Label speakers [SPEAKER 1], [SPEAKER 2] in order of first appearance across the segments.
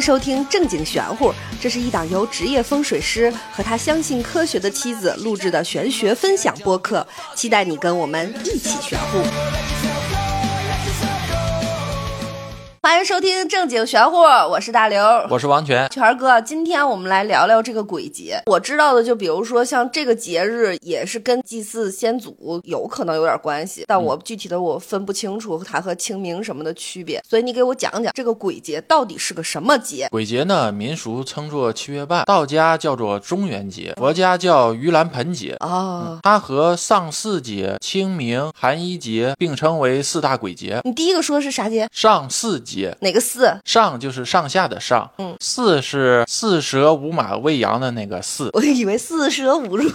[SPEAKER 1] 收听《正经玄乎》，这是一档由职业风水师和他相信科学的妻子录制的玄学分享播客，期待你跟我们一起玄乎。欢迎收听《正经玄乎》，我是大刘，
[SPEAKER 2] 我是王权。
[SPEAKER 1] 权儿哥，今天我们来聊聊这个鬼节。我知道的，就比如说像这个节日，也是跟祭祀先祖有可能有点关系，但我具体的我分不清楚它和清明什么的区别。所以你给我讲讲这个鬼节到底是个什么节？
[SPEAKER 2] 鬼节呢，民俗称作七月半，道家叫做中元节，佛家叫盂兰盆节。
[SPEAKER 1] 哦，
[SPEAKER 2] 它和上巳节、清明、寒衣节并称为四大鬼节。
[SPEAKER 1] 你第一个说是啥节？
[SPEAKER 2] 上巳节，
[SPEAKER 1] 哪个四？
[SPEAKER 2] 上就是上下的上，
[SPEAKER 1] 嗯
[SPEAKER 2] 巳是四蛇五马未羊的那个巳。
[SPEAKER 1] 我以为四舍五入。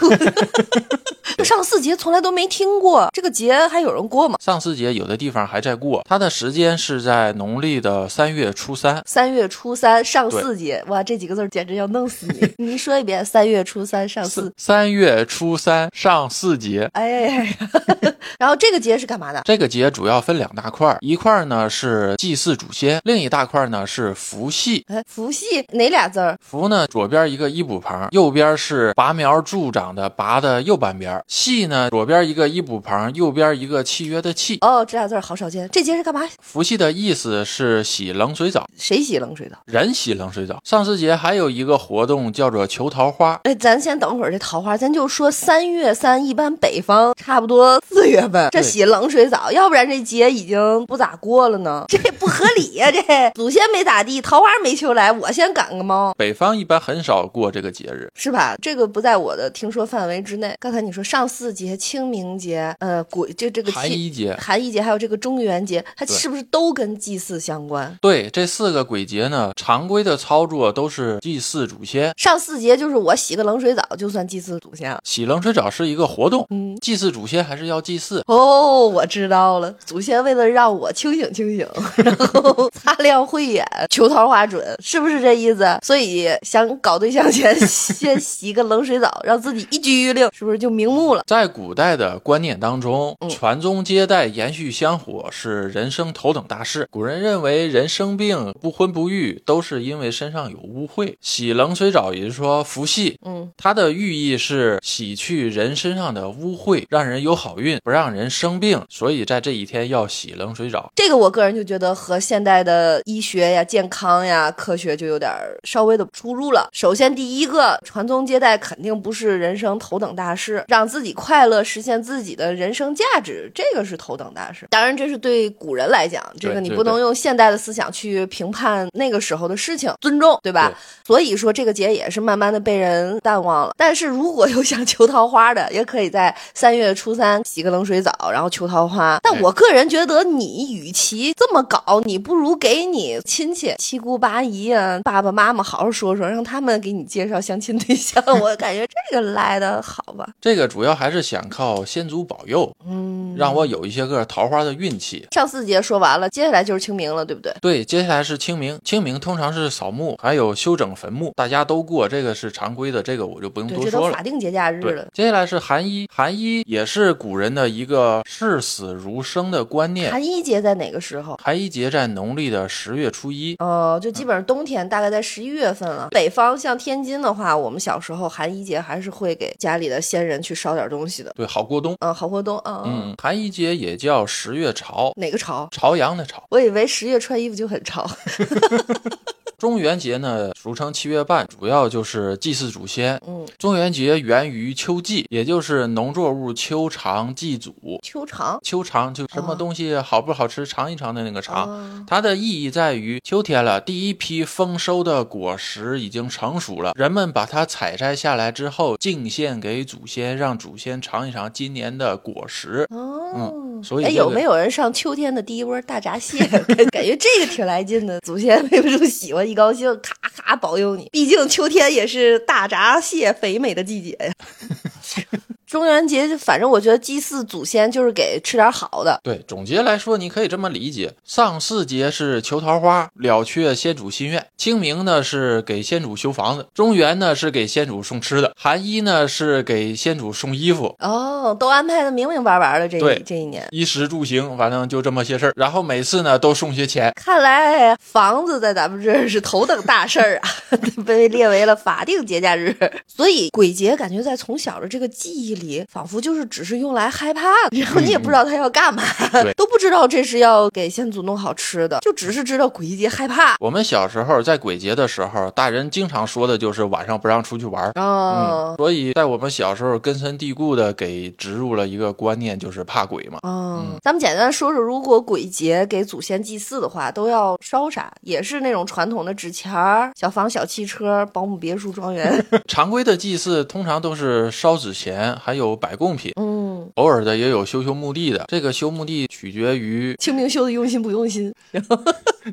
[SPEAKER 1] 上四节从来都没听过，这个节还有人过吗？
[SPEAKER 2] 上巳节有的地方还在过，它的时间是在农历的三月初三。
[SPEAKER 1] 三月初三上
[SPEAKER 2] 对
[SPEAKER 1] 四节，哇，这几个字儿简直要弄死你！你说一遍，三月初三上四
[SPEAKER 2] 四，三月初三上巳节，
[SPEAKER 1] 哎， 然后这个节是干嘛的？
[SPEAKER 2] 这个节主要分两大块儿，一块儿呢是祭祀祖先，另一大块儿呢是伏羲。
[SPEAKER 1] 哎，伏羲哪俩字儿？
[SPEAKER 2] 伏呢，左边一个一补旁，右边是拔苗助长的拔的右半边儿。羲呢，左边一个一补旁，右边一个契约的契。
[SPEAKER 1] 哦，这俩字儿好少见。这节是干嘛？
[SPEAKER 2] 伏羲的意思是洗冷水澡，
[SPEAKER 1] 谁洗冷水澡？
[SPEAKER 2] 人洗冷水澡。上巳节还有一个活动叫做求桃花，
[SPEAKER 1] 哎，咱先等会儿这桃花，咱就说三月三，一般北方差不多四月份这
[SPEAKER 2] 对
[SPEAKER 1] 洗冷水澡，要不然这节已经不咋过了呢。 这不合理呀、这祖先没咋地，桃花没求来，我先赶个猫。
[SPEAKER 2] 北方一般很少过这个节日。
[SPEAKER 1] 是吧？这个不在我的听说范围之内。刚才你说上巳节、清明节，呃，鬼就这个
[SPEAKER 2] 寒
[SPEAKER 1] 七
[SPEAKER 2] 衣节，
[SPEAKER 1] 寒衣节，还有这个中元节，它
[SPEAKER 2] 对
[SPEAKER 1] 是不是都跟祭祀相关？
[SPEAKER 2] 对这四个鬼节呢，常规的操作都是祭祀祖先，
[SPEAKER 1] 上巳节就是我洗个冷水澡就算祭祀祖先了。
[SPEAKER 2] 洗冷水澡是一个活动。
[SPEAKER 1] 嗯，
[SPEAKER 2] 祭祀祖先还是要祭祀。
[SPEAKER 1] 哦，我知道了，祖先为了让我清醒清醒， 然后擦亮慧眼，求桃花准，是不是这意思？所以想搞对象前 先洗个冷水澡，让自己一激一灵，是不是就明目了？
[SPEAKER 2] 在古代的观念当中
[SPEAKER 1] 嗯，
[SPEAKER 2] 传宗接代、延续香火是人生头等大事。古人认为人生病、不婚不育都是因为身上有污秽。洗冷水澡，也就是说伏羲，
[SPEAKER 1] 嗯，
[SPEAKER 2] 它的寓意是洗去人身上的污秽，让人有好运，不让人生病。所以在这一天要洗冷水澡。
[SPEAKER 1] 这个我个人就觉得和现代的医学呀、健康呀、科学就有点儿稍微的出入了。首先，第一个传宗接代肯定不是人生头等大事，让自己快乐，实现自己的人生价值，这个是头等大事。当然，这是对古人来讲，这个
[SPEAKER 2] 对
[SPEAKER 1] 你
[SPEAKER 2] 对
[SPEAKER 1] 不能
[SPEAKER 2] 对
[SPEAKER 1] 用现代的思想去评判那个时候的事情，尊重，对吧？
[SPEAKER 2] 对
[SPEAKER 1] 所以说这个节也是慢慢的被人淡忘了。但是如果有想求桃花的，也可以在三月初三洗个冷水澡，然后求桃花。但
[SPEAKER 2] 嗯
[SPEAKER 1] 我个人觉得，你与其这么搞，你不如给你亲戚七姑八姨啊、爸爸妈妈好好说说，让他们给你介绍相亲对象。 我感觉这个来的好吧？
[SPEAKER 2] 这个主要还是想靠先祖保佑，
[SPEAKER 1] 嗯，
[SPEAKER 2] 让我有一些个桃花的运气。
[SPEAKER 1] 上四节说完了，接下来就是清明了，对不对？
[SPEAKER 2] 对，接下来是清明。清明通常是扫墓，还有修整坟墓，大家都过，这个是常规的，这个我就不用
[SPEAKER 1] 对，
[SPEAKER 2] 多
[SPEAKER 1] 这都
[SPEAKER 2] 说
[SPEAKER 1] 法
[SPEAKER 2] 了。
[SPEAKER 1] 定节假日
[SPEAKER 2] 对
[SPEAKER 1] 了，。
[SPEAKER 2] 接下来是寒衣，寒衣也是古人的一个视死如生的观念。
[SPEAKER 1] 寒衣节在哪个时候？
[SPEAKER 2] 寒衣节在农历的十月初一，
[SPEAKER 1] 哦，就基本上冬天大概在十一月份了。北方像天津的话，我们小时候寒衣节还是会给家里的先人去烧点东西的。
[SPEAKER 2] 对，好过冬。
[SPEAKER 1] 嗯，好过冬啊。
[SPEAKER 2] 嗯，寒衣节也叫十月朝，
[SPEAKER 1] 哪个潮？
[SPEAKER 2] 朝阳的朝。
[SPEAKER 1] 我以为十月穿衣服就很潮。
[SPEAKER 2] 中元节呢，俗称七月半，主要就是祭祀祖先。
[SPEAKER 1] 嗯，
[SPEAKER 2] 中元节源于秋季，也就是农作物秋尝祭祖。
[SPEAKER 1] 秋长。
[SPEAKER 2] 秋尝就什
[SPEAKER 1] 哦
[SPEAKER 2] 么东西好不好吃尝一尝的那个尝，
[SPEAKER 1] 哦
[SPEAKER 2] 它的意义在于秋天了，第一批丰收的果实已经成熟了，人们把它采摘下来之后敬献给祖先，让祖先尝一尝今年的果实。
[SPEAKER 1] 哦，
[SPEAKER 2] 嗯所以
[SPEAKER 1] 哎，
[SPEAKER 2] 这
[SPEAKER 1] 有
[SPEAKER 2] 个
[SPEAKER 1] 没有人上秋天的第一波大闸 蟹？感觉这个挺来劲的。祖先背不住喜欢，一高兴，咔咔 保佑你。毕竟秋天也是大闸蟹肥美的季节呀。中元节，反正我觉得祭祀祖先就是给吃点好的。
[SPEAKER 2] 对，总结来说，你可以这么理解：上巳节是求桃花，了却先主心愿；清明呢是给先主修房子；中元呢是给先主送吃的；寒衣呢是给先主送衣服。
[SPEAKER 1] 哦，都安排的明明白白的这
[SPEAKER 2] 对
[SPEAKER 1] 一这一年。
[SPEAKER 2] 衣食住行，反正就这么些事儿。然后每次呢都送些钱，
[SPEAKER 1] 看来房子在咱们这儿是头等大事儿啊， 被列为了法定节假日。所以鬼节感觉在从小的这个记忆里，仿佛就是只是用来害怕，然后你也不知道他要干嘛，
[SPEAKER 2] 对
[SPEAKER 1] 都不知道这是要给先祖弄好吃的，就只是知道鬼节害怕。
[SPEAKER 2] 我们小时候在鬼节的时候，大人经常说的就是晚上不让出去玩儿。
[SPEAKER 1] 哦
[SPEAKER 2] 嗯，、所以在我们小时候根深蒂固的给植入了一个观念，就是怕鬼嘛。
[SPEAKER 1] 哦，
[SPEAKER 2] 嗯
[SPEAKER 1] 咱们简单说说，如果鬼节给祖先祭祀的话，都要烧啥？也是那种传统的纸钱儿、小房、小汽车、保姆别墅、庄 园。
[SPEAKER 2] 常规的祭祀通常都是烧纸钱，还有摆贡品，
[SPEAKER 1] 嗯，
[SPEAKER 2] 偶尔的也有修修墓地的。这个修墓地取决于
[SPEAKER 1] 清明修的用心不用心？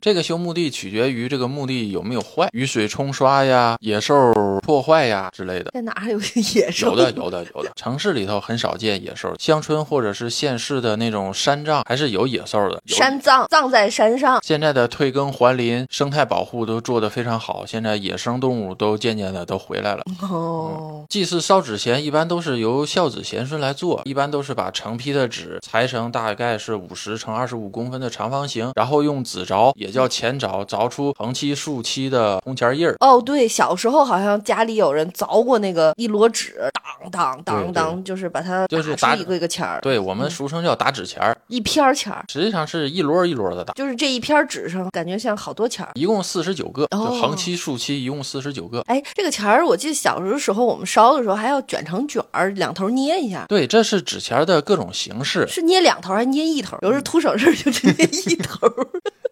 [SPEAKER 2] 这个修墓地取决于这个墓地有没有坏，雨水冲刷呀、野兽破坏呀之类的。
[SPEAKER 1] 在哪儿有野兽？
[SPEAKER 2] 有的，有的，有的。城市里头很少见野兽，乡村或者是县市的那种山葬还是有野兽的。有
[SPEAKER 1] 山葬葬在山上。
[SPEAKER 2] 现在的退耕还林、生态保护都做得非常好，现在野生动物都渐渐的都回来了。
[SPEAKER 1] 哦，
[SPEAKER 2] 祭祀烧纸钱一般都是由孝子贤孙来做，一般都是把成批的纸裁成大概是五十乘二十五公分的长方形，然后用纸凿，也叫钱凿，凿出横七竖七的铜钱印儿。
[SPEAKER 1] 哦，对，小时候好像家里有人凿过那个一摞纸，当当
[SPEAKER 2] 对
[SPEAKER 1] 当当，就是把它
[SPEAKER 2] 就是
[SPEAKER 1] 打
[SPEAKER 2] 打
[SPEAKER 1] 出一个一个签儿，
[SPEAKER 2] 对我们俗称叫打纸钱儿，
[SPEAKER 1] 一片儿签儿，
[SPEAKER 2] 实际上是一摞一摞的打，
[SPEAKER 1] 就是这一片儿纸上感觉像好多签儿。
[SPEAKER 2] 一共四十九个，就
[SPEAKER 1] 哦
[SPEAKER 2] 横七竖七一共四十九个。
[SPEAKER 1] 哎，这个钱儿，我记得小的时候我们烧的时候还要卷成卷儿，两头捏一下，
[SPEAKER 2] 对，这是纸钱儿的各种形式。
[SPEAKER 1] 是捏两头还捏一头，有时候图省事儿就只捏一头。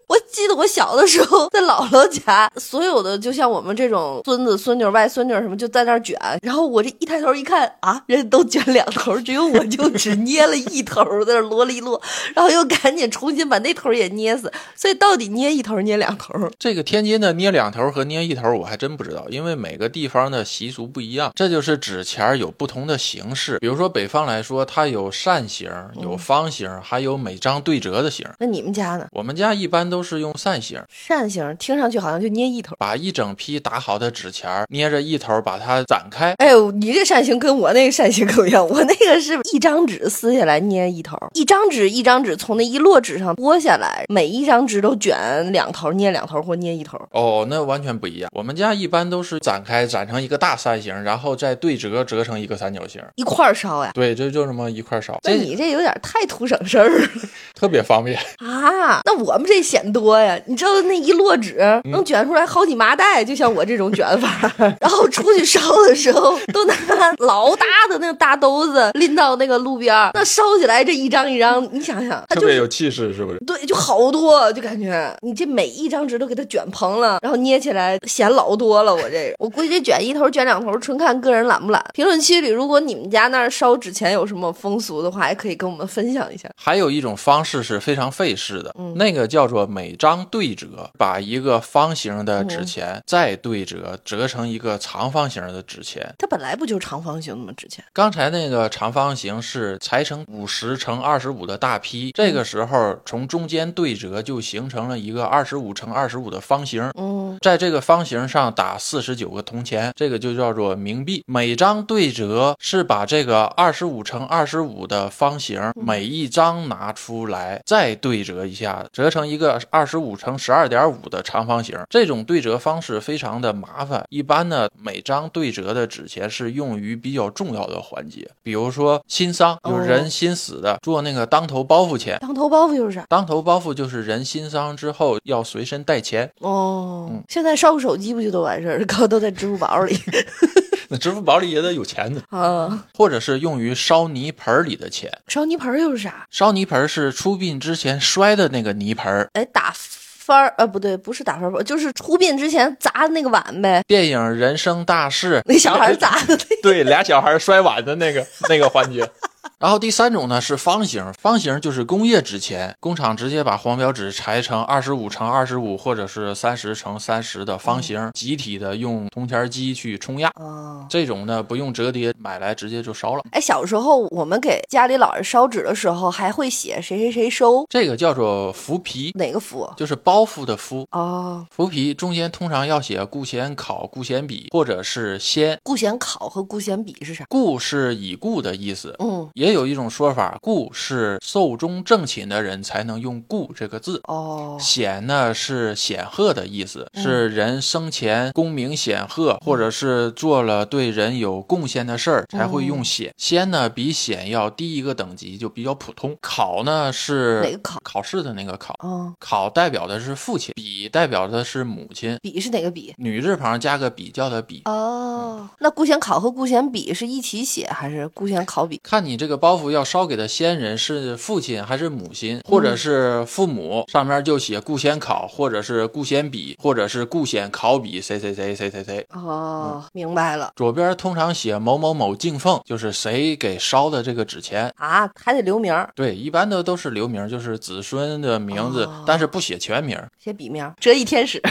[SPEAKER 1] 我记得我小的时候在姥姥家，所有的就像我们这种孙子、孙女、外孙女什么就在那儿卷，然后我这一抬头一看啊，人家都卷两头，只有我就只捏了一头，在那儿摞了一摞，然后又赶紧重新把那头也捏死，所以到底捏一头捏两头？
[SPEAKER 2] 这个天津的捏两头和捏一头，我还真不知道，因为每个地方的习俗不一样。这就是纸钱儿有不同的形式，比如说北方来说，它有扇形、有方形，还有每张对折的形。
[SPEAKER 1] 那你们家呢？
[SPEAKER 2] 我们家一般都是用扇形，
[SPEAKER 1] 扇形听上去好像就捏一头。
[SPEAKER 2] 把一整批打好的纸钱儿捏着一头，把它展开。
[SPEAKER 1] 哎呦，你这扇形跟我那个扇形可不一样，我那个是一张纸撕下来捏一头，一张纸一张纸从那一摞纸上剥下来，每一张纸都卷两头，捏两头或捏一头。
[SPEAKER 2] 哦，那完全不一样。我们家一般都是展开，展成一个大扇形，然后再对折，折成一个三角形。
[SPEAKER 1] 一块儿烧呀，
[SPEAKER 2] 对，这就这么一块儿烧，
[SPEAKER 1] 那
[SPEAKER 2] 这
[SPEAKER 1] 你这有点太图省事儿了
[SPEAKER 2] 特别方便。
[SPEAKER 1] 啊！那我们这显多呀，你知道那一摞纸能卷出来好几麻袋，就像我这种卷法儿， 然后出去烧的时候都拿老大的那个大兜子拎到那个路边儿，那烧起来这一张一张，你想想，它
[SPEAKER 2] 特
[SPEAKER 1] 就是
[SPEAKER 2] 别有气势，是不是？
[SPEAKER 1] 对，就好多，就感觉你这每一张纸都给它卷蓬了，然后捏起来显老多了。我这个，我估计这卷一头卷两头，纯看个人懒不懒。评论区里，如果你们家那儿烧纸钱有什么风俗的话，也可以跟我们分享一下。
[SPEAKER 2] 还有一种方式是非常费事的，
[SPEAKER 1] 嗯
[SPEAKER 2] 那个叫做每张对折，把一个方形的
[SPEAKER 1] 嗯
[SPEAKER 2] 纸钱、再对折，折成一个长方形的纸钱。
[SPEAKER 1] 它本来不就是长方形的吗？纸钱
[SPEAKER 2] 刚才那个长方形是裁成五十乘二十五的大批，这
[SPEAKER 1] 嗯
[SPEAKER 2] 个时候从中间对折就形成了一个二十五乘二十五的方形。
[SPEAKER 1] 嗯，
[SPEAKER 2] 在这个方形上打四十九个铜钱，这个就叫做冥币。每张对折是把这个二十五乘二十五的方形每一张拿出来，再对折一下，折成一个二十五乘十二点五的长方形。这种对折方式非常的麻烦，一般呢每张对折的纸钱是用于比较重要的环节，比如说新丧，就是人新死的，做那个当头包袱钱。
[SPEAKER 1] 当头包袱又是啥？啊
[SPEAKER 2] 当头包袱就是人新丧之后要随身带钱，
[SPEAKER 1] 哦，现在烧个手机不就都完事儿了？哥都在支付宝里
[SPEAKER 2] 那支付宝里也得有钱呢。
[SPEAKER 1] 啊。
[SPEAKER 2] 或者是用于烧泥盆儿里的钱。
[SPEAKER 1] 烧泥盆儿又是啥？
[SPEAKER 2] 烧泥盆儿是出殡之前摔的那个泥盆儿。
[SPEAKER 1] 哎，打翻儿？呃，不对，不是打翻儿，就是出殡之前砸的那个碗呗。
[SPEAKER 2] 电影《人生大事》
[SPEAKER 1] 那小孩儿砸的那个
[SPEAKER 2] 对俩小孩摔碗的那个那个环节， 然后第三种呢是方形，方形就是工业纸钱，工厂直接把黄表纸裁成二十五乘二十五或者是三十乘三十的方形，集体的用铜钱机去冲压。
[SPEAKER 1] 哦。
[SPEAKER 2] 这种呢不用折叠，买来直接就烧了。
[SPEAKER 1] 哎，小时候我们给家里老人烧纸的时候，还会写谁谁谁收
[SPEAKER 2] 这个叫做浮皮，
[SPEAKER 1] 哪个符
[SPEAKER 2] 就是包袱的敷。
[SPEAKER 1] 哦，
[SPEAKER 2] 浮皮中间通常要写顾闲考、顾闲笔，或者是先。
[SPEAKER 1] 顾闲考和顾闲笔是啥？
[SPEAKER 2] 顾是已故的意思，
[SPEAKER 1] 嗯，
[SPEAKER 2] 也有一种说法，顾是寿终正寝的人才能用顾这个字。
[SPEAKER 1] 哦，
[SPEAKER 2] 显呢是显赫的意思，
[SPEAKER 1] 嗯
[SPEAKER 2] 是人生前功名显赫，或者是做了对人有贡献的事儿才会
[SPEAKER 1] 哦
[SPEAKER 2] 用显。先呢比显要低一个等级，就比较普通。考呢是
[SPEAKER 1] 哪个考
[SPEAKER 2] 考试的那个考，
[SPEAKER 1] 哦，
[SPEAKER 2] 考代表的是父亲，笔代表的是母亲，
[SPEAKER 1] 笔是哪个笔？
[SPEAKER 2] 女字旁加个比较的比。
[SPEAKER 1] 哦，那顾闲考和顾闲笔是一起写还是顾闲考笔？
[SPEAKER 2] 看你这个包袱要烧给的先人是父亲还是母亲，或者是父母，上面就写顾先考，或者是顾先笔，或者是顾先考笔谁谁谁谁谁谁。
[SPEAKER 1] 哦，明白了
[SPEAKER 2] 左边通常写某某某敬奉，就是谁给烧的这个纸钱。
[SPEAKER 1] 啊，还得留名儿，
[SPEAKER 2] 对，一般的都是留名，就是子孙的名字，
[SPEAKER 1] 哦
[SPEAKER 2] 但是不写全名。
[SPEAKER 1] 写笔名儿，折翼天 使。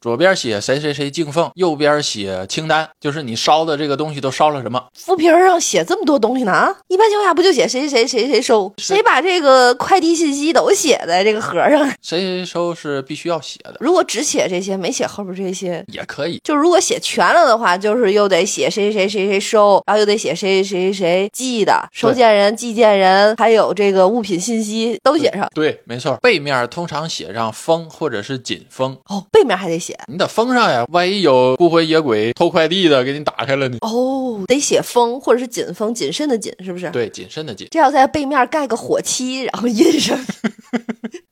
[SPEAKER 2] 左边写谁谁谁敬奉，右边写清单，就是你烧的这个东西都烧了什么。
[SPEAKER 1] 浮皮儿上写这么多东西呢啊！一般情况下不就写谁谁谁谁收，谁把这个快递信息都写在这个盒上？
[SPEAKER 2] 谁谁收是必须要写的，
[SPEAKER 1] 如果只写这些，没写后边这些，
[SPEAKER 2] 也可以。
[SPEAKER 1] 就如果写全了的话，就是又得写谁谁谁谁收，然后又得写谁谁谁谁寄的，收件人、寄件人，还有这个物品信息都写上。
[SPEAKER 2] 对，没错，背面通常写上封或者是紧封，
[SPEAKER 1] 哦，背面还得写
[SPEAKER 2] 你得封上呀，万一有孤魂野鬼偷快递的给你打开了呢？
[SPEAKER 1] 哦，得写封或者是谨封，谨慎的谨是不是？
[SPEAKER 2] 对，谨慎的谨。
[SPEAKER 1] 这要在背面盖个火漆，然后印上。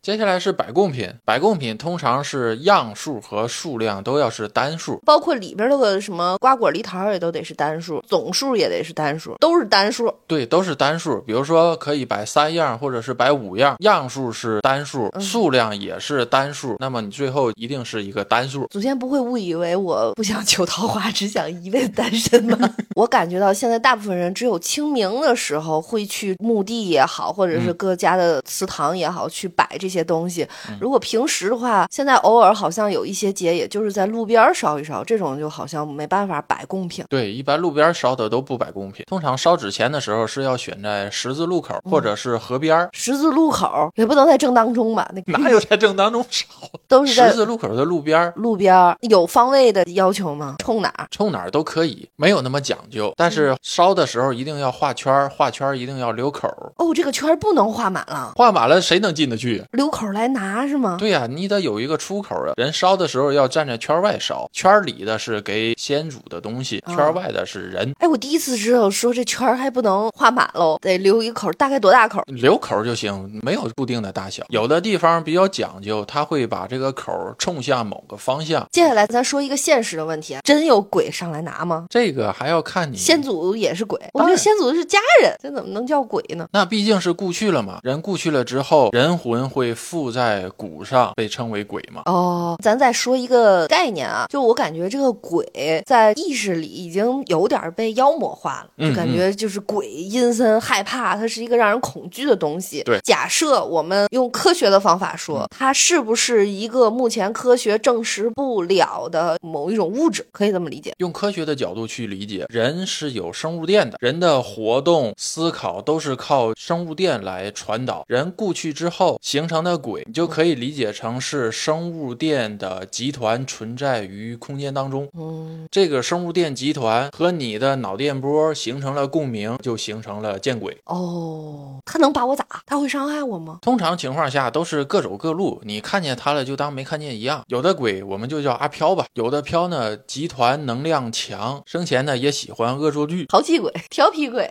[SPEAKER 2] 接下来是百供品，百供品通常是样数和数量都要是单数。
[SPEAKER 1] 包括里边那个什么瓜果梨桃也都得是单数，总数也得是单数，都是单数。
[SPEAKER 2] 对，都是单数。比如说，可以摆三样，或者是摆五样，样数是单数，
[SPEAKER 1] 嗯
[SPEAKER 2] 数量也是单数。那么你最后一定是一个单数。
[SPEAKER 1] 祖先不会误以为我不想求桃花， 只想一辈子单身吧？ 我感觉到现在大部分人只有清明的时候会去墓地也好，或者
[SPEAKER 2] 嗯
[SPEAKER 1] 是各家的祠堂也好，去摆这些东西。
[SPEAKER 2] 嗯
[SPEAKER 1] 如果平时的话，现在偶尔好像有一些节，也就是在路边烧一烧，这种就好像没办法摆贡品。
[SPEAKER 2] 对，一般路边烧的都不摆贡品，通常烧纸钱的时候是要选在十字路口或
[SPEAKER 1] 嗯
[SPEAKER 2] 者是河边儿。
[SPEAKER 1] 十字路口也不能在正当中吧？那
[SPEAKER 2] 哪有在正当中 烧？
[SPEAKER 1] 都是在
[SPEAKER 2] 十字路口的路边儿，
[SPEAKER 1] 路边儿有方位的要求吗？冲哪儿？
[SPEAKER 2] 冲哪儿都可以，没有那么讲究。但
[SPEAKER 1] 嗯
[SPEAKER 2] 是烧的时候一定要画圈儿，画圈儿一定要留口儿，
[SPEAKER 1] 哦，这个圈儿不能画满了，
[SPEAKER 2] 画满了谁能进得去？啊
[SPEAKER 1] 留口来拿是吗？
[SPEAKER 2] 对呀、你得有一个出口啊！人烧的时候要站在圈儿外烧，圈儿里的是给先祖的东西，
[SPEAKER 1] 嗯
[SPEAKER 2] 圈儿外的是人。
[SPEAKER 1] 哎，我第一次知道说这圈儿还不能画满喽，得留一口，大概多大口？
[SPEAKER 2] 留口儿就行，没有固定的大小。有的地方比较讲究，他会把这个口儿冲向某个方向。
[SPEAKER 1] 接下来咱说一个现实的问题啊，真有鬼上来拿吗？
[SPEAKER 2] 这个还要看你
[SPEAKER 1] 先祖也是鬼，我
[SPEAKER 2] 嗯当
[SPEAKER 1] 觉得
[SPEAKER 2] 然
[SPEAKER 1] 先祖是家人，这怎么能叫鬼呢？
[SPEAKER 2] 那毕竟是故去了嘛，人故去了之后，人魂会附在骨上，被称为鬼嘛。
[SPEAKER 1] 哦，咱再说一个概念啊，就我感觉这个鬼在意识里已经有点儿被妖魔化了，就
[SPEAKER 2] 嗯
[SPEAKER 1] 感觉就是鬼阴森害怕，它是一个让人恐惧的东西。
[SPEAKER 2] 对嗯
[SPEAKER 1] 假设我们用科学的方法说，它是不是一个目前科学证实不了的某一种物质？可以这么理解。
[SPEAKER 2] 用科学的角度去理解，人是有生物电的，人的活动、思考都是靠生物电来传导。人故去之后形成的鬼，你就可以理解成是生物电的集团存在于空间当中。
[SPEAKER 1] 嗯，
[SPEAKER 2] 这个生物电集团和你的脑电波形成了共鸣，就形成了见鬼。
[SPEAKER 1] 哦，它能把我咋？它会伤害我吗？
[SPEAKER 2] 通常情况下都是各走各路，你看见他了就当没看见一样。有的鬼我们就叫阿飘吧，有的飘呢集团能量强，生前呢也喜欢恶作剧。
[SPEAKER 1] 淘气鬼、 调皮鬼，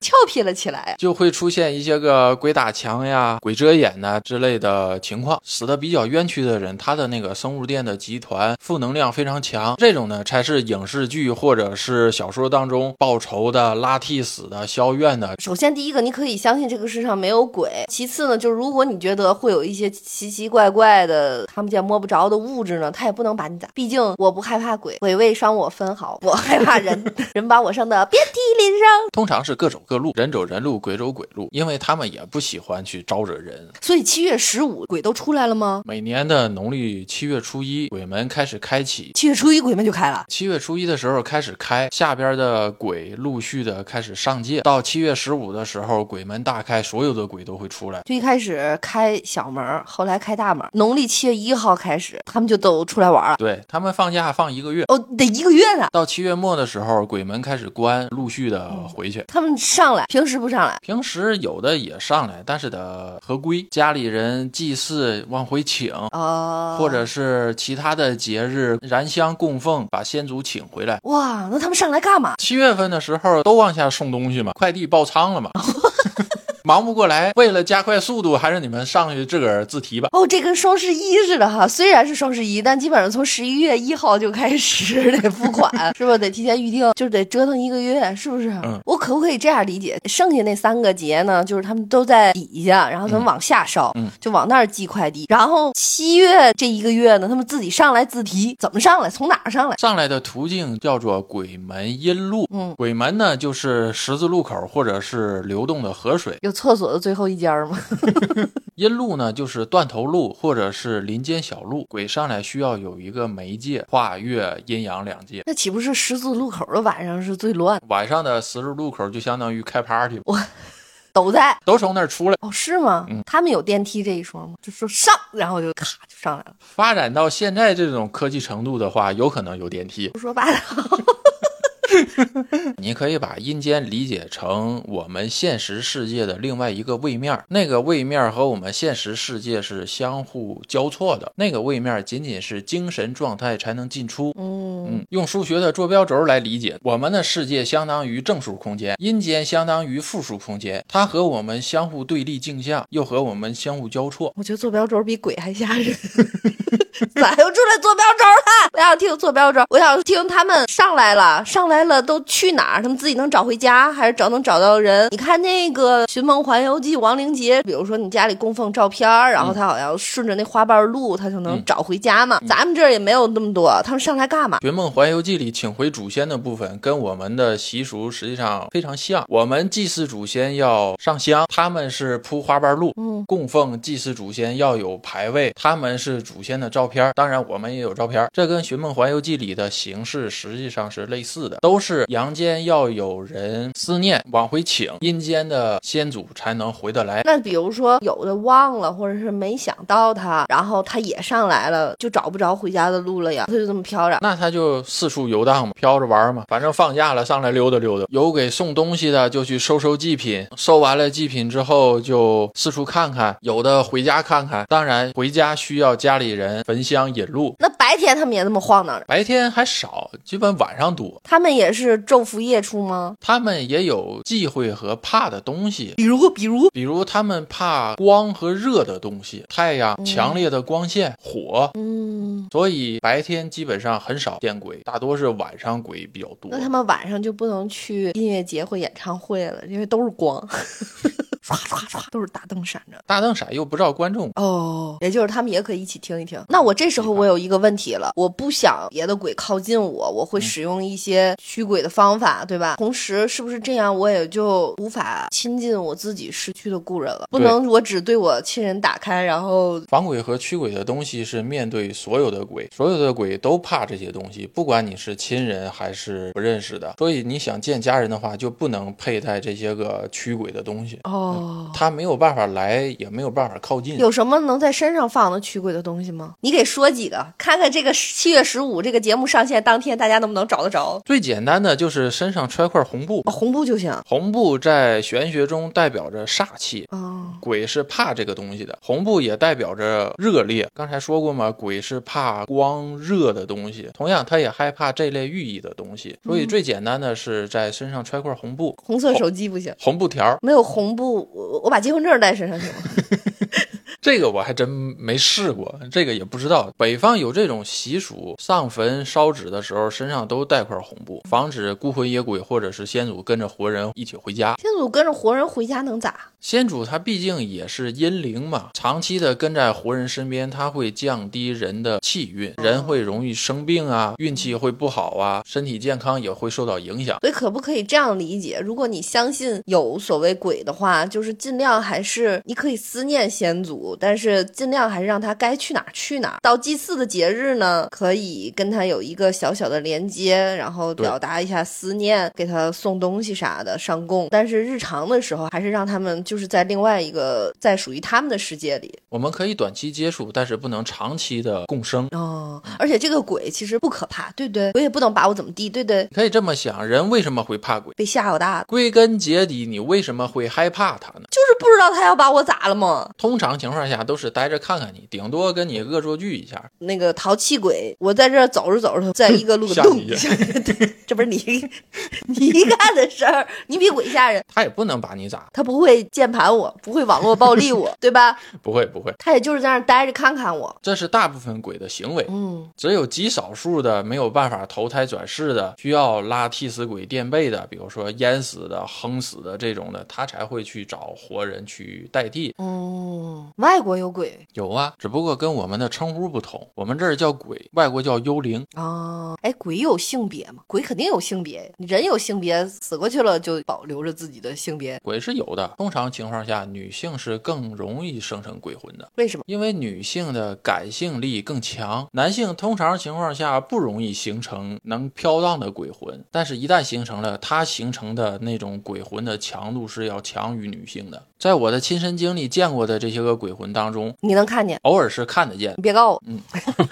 [SPEAKER 1] 俏皮了起来。啊
[SPEAKER 2] 就会出现一些个鬼打墙呀、鬼遮眼呐之类的情况，死的比较冤屈的人，他的那个生物电的集团负能量非常强，这种呢才是影视剧或者是小说当中报仇的、拉替死的、消怨的
[SPEAKER 1] 首先，第一个，你可以相信这个世上没有鬼；其次呢，就是如果你觉得会有一些奇奇怪怪的、看不见摸不着的物质呢，它也不能把你咋。毕竟我不害怕鬼，鬼未伤我分毫，我害怕人，人把我伤的遍体林上。
[SPEAKER 2] 通常是各走各路，人走人路，鬼走鬼路，因为他们也不喜欢去招惹人。
[SPEAKER 1] 所以七月十五鬼都出来了吗？
[SPEAKER 2] 每年的农历七月初一，鬼门开始开启。
[SPEAKER 1] 七月初一鬼门就开了。
[SPEAKER 2] 七月初一的时候开始开，下边的鬼陆续的开始上界。到七月十五的时候，鬼门大开，所有的鬼都会出来。
[SPEAKER 1] 就一开始开小门儿，后来开大门儿。农历七月一号开始，他们就都出来玩儿。
[SPEAKER 2] 对他们放假放一个月，
[SPEAKER 1] 哦，得一个月呢。
[SPEAKER 2] 到七月末的时候，鬼门开始关，陆续的回去。
[SPEAKER 1] 他们上来，平时不上来。
[SPEAKER 2] 平时有的也上来，但是得合规，家里人祭祀往回请，
[SPEAKER 1] 哦，
[SPEAKER 2] 或者是其他的节日燃香供奉，把先祖请回来。
[SPEAKER 1] 哇，那他们上来干嘛？
[SPEAKER 2] 七月份的时候都往下送东西嘛，快递爆仓了嘛， 忙不过来，为了加快速度，还是你们上去自个儿自提吧。
[SPEAKER 1] 哦，这跟双十一似的哈，虽然是双十一，但基本上从十一月一号就开始得付款，是不是？得提前预定，就是得折腾一个月，是不是？
[SPEAKER 2] 嗯
[SPEAKER 1] 我可不可以这样理解？剩下那三个节呢，就是他们都在底下，然后他们往下烧，
[SPEAKER 2] 嗯
[SPEAKER 1] 就往那儿寄快递。然后七月这一个月呢，他们自己上来自提，怎么上来？从哪儿上来？
[SPEAKER 2] 上来的途径叫做鬼门阴路，
[SPEAKER 1] 嗯，
[SPEAKER 2] 鬼门呢就是十字路口或者是流动的河水，
[SPEAKER 1] 有厕所的最后一家吗？
[SPEAKER 2] 阴路呢，就是断头路或者是林间小路。鬼上来需要有一个媒介，跨越阴阳两界。
[SPEAKER 1] 那岂不是十字路口的晚上是最乱的？
[SPEAKER 2] 晚上的十字路口就相当于开 party，
[SPEAKER 1] 都在
[SPEAKER 2] 都从那儿出来。
[SPEAKER 1] 哦，是吗？
[SPEAKER 2] 嗯
[SPEAKER 1] 他们有电梯这一说吗？就说上，然后就咔就上来了，
[SPEAKER 2] 发展到现在这种科技程度的话，有可能有电梯。
[SPEAKER 1] 胡说八 道。
[SPEAKER 2] 你可以把阴间理解成我们现实世界的另外一个位面儿，那个位面儿和我们现实世界是相互交错的，那个位面儿仅仅是精神状态才能进出。
[SPEAKER 1] 嗯，
[SPEAKER 2] 嗯，用数学的坐标轴来理解，我们的世界相当于正数空间，阴间相当于负数空间，它和我们相互对立镜像，又和我们相互交错。
[SPEAKER 1] 我觉得坐标轴比鬼还吓人。 咋又出来坐标轴了？我想听坐标轴，我想听他们上来了，上来了都去哪儿？他们自己能找回家，还是找能找到人？你看那个《寻梦环游记》，王灵杰，比如说你家里供奉照片儿，然后他好像顺着那花瓣路，他就能
[SPEAKER 2] 嗯
[SPEAKER 1] 找回家嘛。咱们这儿也没有那么多，他们上来干嘛？
[SPEAKER 2] 《寻梦环游记》里请回祖先的部分跟我们的习俗实际上非常像，我们祭祀祖先要上香，他们是铺花瓣路。
[SPEAKER 1] 嗯，
[SPEAKER 2] 供奉祭祀祖先要有牌位，他们是祖先的照片儿，当然我们也有照片儿。这跟《寻梦环游记》里的形式实际上是类似的，都是阳间要有人思念往回请，阴间的先祖才能回得来。
[SPEAKER 1] 那比如说有的忘了，或者是没想到他，然后他也上来了，就找不着回家的路了呀，他就这么飘着。
[SPEAKER 2] 那他就四处游荡嘛，飘着玩儿嘛，反正放假了上来溜达溜达。有给送东西的就去收收祭品，收完了祭品之后就四处看看，有的回家看看。当然回家需要家里人焚香引路，
[SPEAKER 1] 那白天他们也这么晃荡着，
[SPEAKER 2] 白天还少，基本晚上多。
[SPEAKER 1] 他们也是昼伏夜出吗？
[SPEAKER 2] 他们也有忌讳和怕的东西，
[SPEAKER 1] 比如，比如，
[SPEAKER 2] 比如他们怕光和热的东西，太阳、
[SPEAKER 1] 嗯
[SPEAKER 2] 强烈的光线、火。
[SPEAKER 1] 嗯，
[SPEAKER 2] 所以白天基本上很少见鬼，大多是晚上鬼比较多
[SPEAKER 1] 那。他们晚上就不能去音乐节或演唱会了，因为都是 光，唰唰唰，都是大灯闪着。
[SPEAKER 2] 大灯闪又不照观众，
[SPEAKER 1] 哦，也就是他们也可以一起听一听。那我这时候我有一个问题了，我不想别的鬼靠近我，我会使用一些驱鬼的方法，对吧？同时，是不是这样我也就无法亲近我自己失去的故人了？不
[SPEAKER 2] 对
[SPEAKER 1] 能我只对我亲人打开，然后
[SPEAKER 2] 防鬼和驱鬼的东西是面对所有的鬼，所有的鬼都怕这些东西，不管你是亲人还是不认识的。所以你想见家人的话，就不能佩戴这些个驱鬼的东西，
[SPEAKER 1] 哦。
[SPEAKER 2] 他没有办法来，也没有办法靠近。
[SPEAKER 1] 有什么能在身上放的驱鬼的东西吗？你给说几个，看看这个七月十五这个节目上线当天，大家能不能找得着？
[SPEAKER 2] 最简单的就是身上揣块红布
[SPEAKER 1] 哦、，红布就行。
[SPEAKER 2] 红布在玄学中代表着煞气。
[SPEAKER 1] 哦，
[SPEAKER 2] 鬼是怕这个东西的，红布也代表着热烈。刚才说过嘛，鬼是怕光热的东西，同样他也害怕这类寓意的东西。所以最简单的是在身上揣块红布、
[SPEAKER 1] 红色手机不行，
[SPEAKER 2] 红布条，
[SPEAKER 1] 没有红布，我我把结婚证带身上行吗？
[SPEAKER 2] 这个我还真没试过，这个也不知道。北方有这种习俗，上坟烧纸的时候身上都带块红布，防止孤魂野鬼或者是先祖跟着活人一起回家。
[SPEAKER 1] 天祖跟着活人回家能咋？
[SPEAKER 2] 先主他毕竟也是阴灵嘛，长期的跟在活人身边，他会降低人的气运，人会容易生病啊，运气会不好啊，身体健康也会受到影响。
[SPEAKER 1] 所以可不可以这样理解？如果你相信有所谓鬼的话，就是尽量还是你可以思念先祖，但是尽量还是让他该去哪儿去哪儿。到祭祀的节日呢，可以跟他有一个小小的连接，然后
[SPEAKER 2] 对
[SPEAKER 1] 表达一下思念，给他送东西啥的上供。但是日常的时候，还是让他们就是在另外一个在属于他们的世界里。
[SPEAKER 2] 我们可以短期接触，但是不能长期的共生。
[SPEAKER 1] 哦，而且这个鬼其实不可怕，对不对？我也不能把我怎么地，对不对？
[SPEAKER 2] 你可以这么想，人为什么会怕鬼？
[SPEAKER 1] 被吓唬大了，
[SPEAKER 2] 归根结底，你为什么会害怕它呢？
[SPEAKER 1] 就是不知道他要把我咋了嘛。
[SPEAKER 2] 通常情况下都是待着看看你，顶多跟你恶作剧一下。
[SPEAKER 1] 那个淘气鬼，我在这儿走着走着，在一个路口
[SPEAKER 2] 吓
[SPEAKER 1] 咚
[SPEAKER 2] 你一
[SPEAKER 1] 一下，对，这不是你你干的事儿，你比鬼吓人。
[SPEAKER 2] 他也不能把你咋，
[SPEAKER 1] 他不会键盘我，不会网络暴力我，对吧？
[SPEAKER 2] 不会不会，
[SPEAKER 1] 他也就是在那儿待着看看我。
[SPEAKER 2] 这是大部分鬼的行为。
[SPEAKER 1] 嗯，
[SPEAKER 2] 只有极少数的没有办法投胎转世的，需要拉替死鬼垫背的，比如说淹死的、横死的这种的，他才会去找活人去代替。
[SPEAKER 1] 哦，外国有鬼
[SPEAKER 2] 有啊，只不过跟我们的称呼不同，我们这儿叫鬼，外国叫幽灵。
[SPEAKER 1] 哦。哎，鬼有性别吗？鬼肯定有性别，人有性别，死过去了就保留着自己的性别，
[SPEAKER 2] 鬼是有的，通常情况下，女性是更容易生成鬼魂的，
[SPEAKER 1] 为什么？
[SPEAKER 2] 因为女性的感性力更强，男性通常情况下不容易形成能飘荡的鬼魂，但是一旦形成了，它形成的那种鬼魂的强度是要强于女性的。在我的亲身经历见过的这些个鬼魂当中，
[SPEAKER 1] 你能看见？
[SPEAKER 2] 偶尔是看得见
[SPEAKER 1] 你，别告诉我，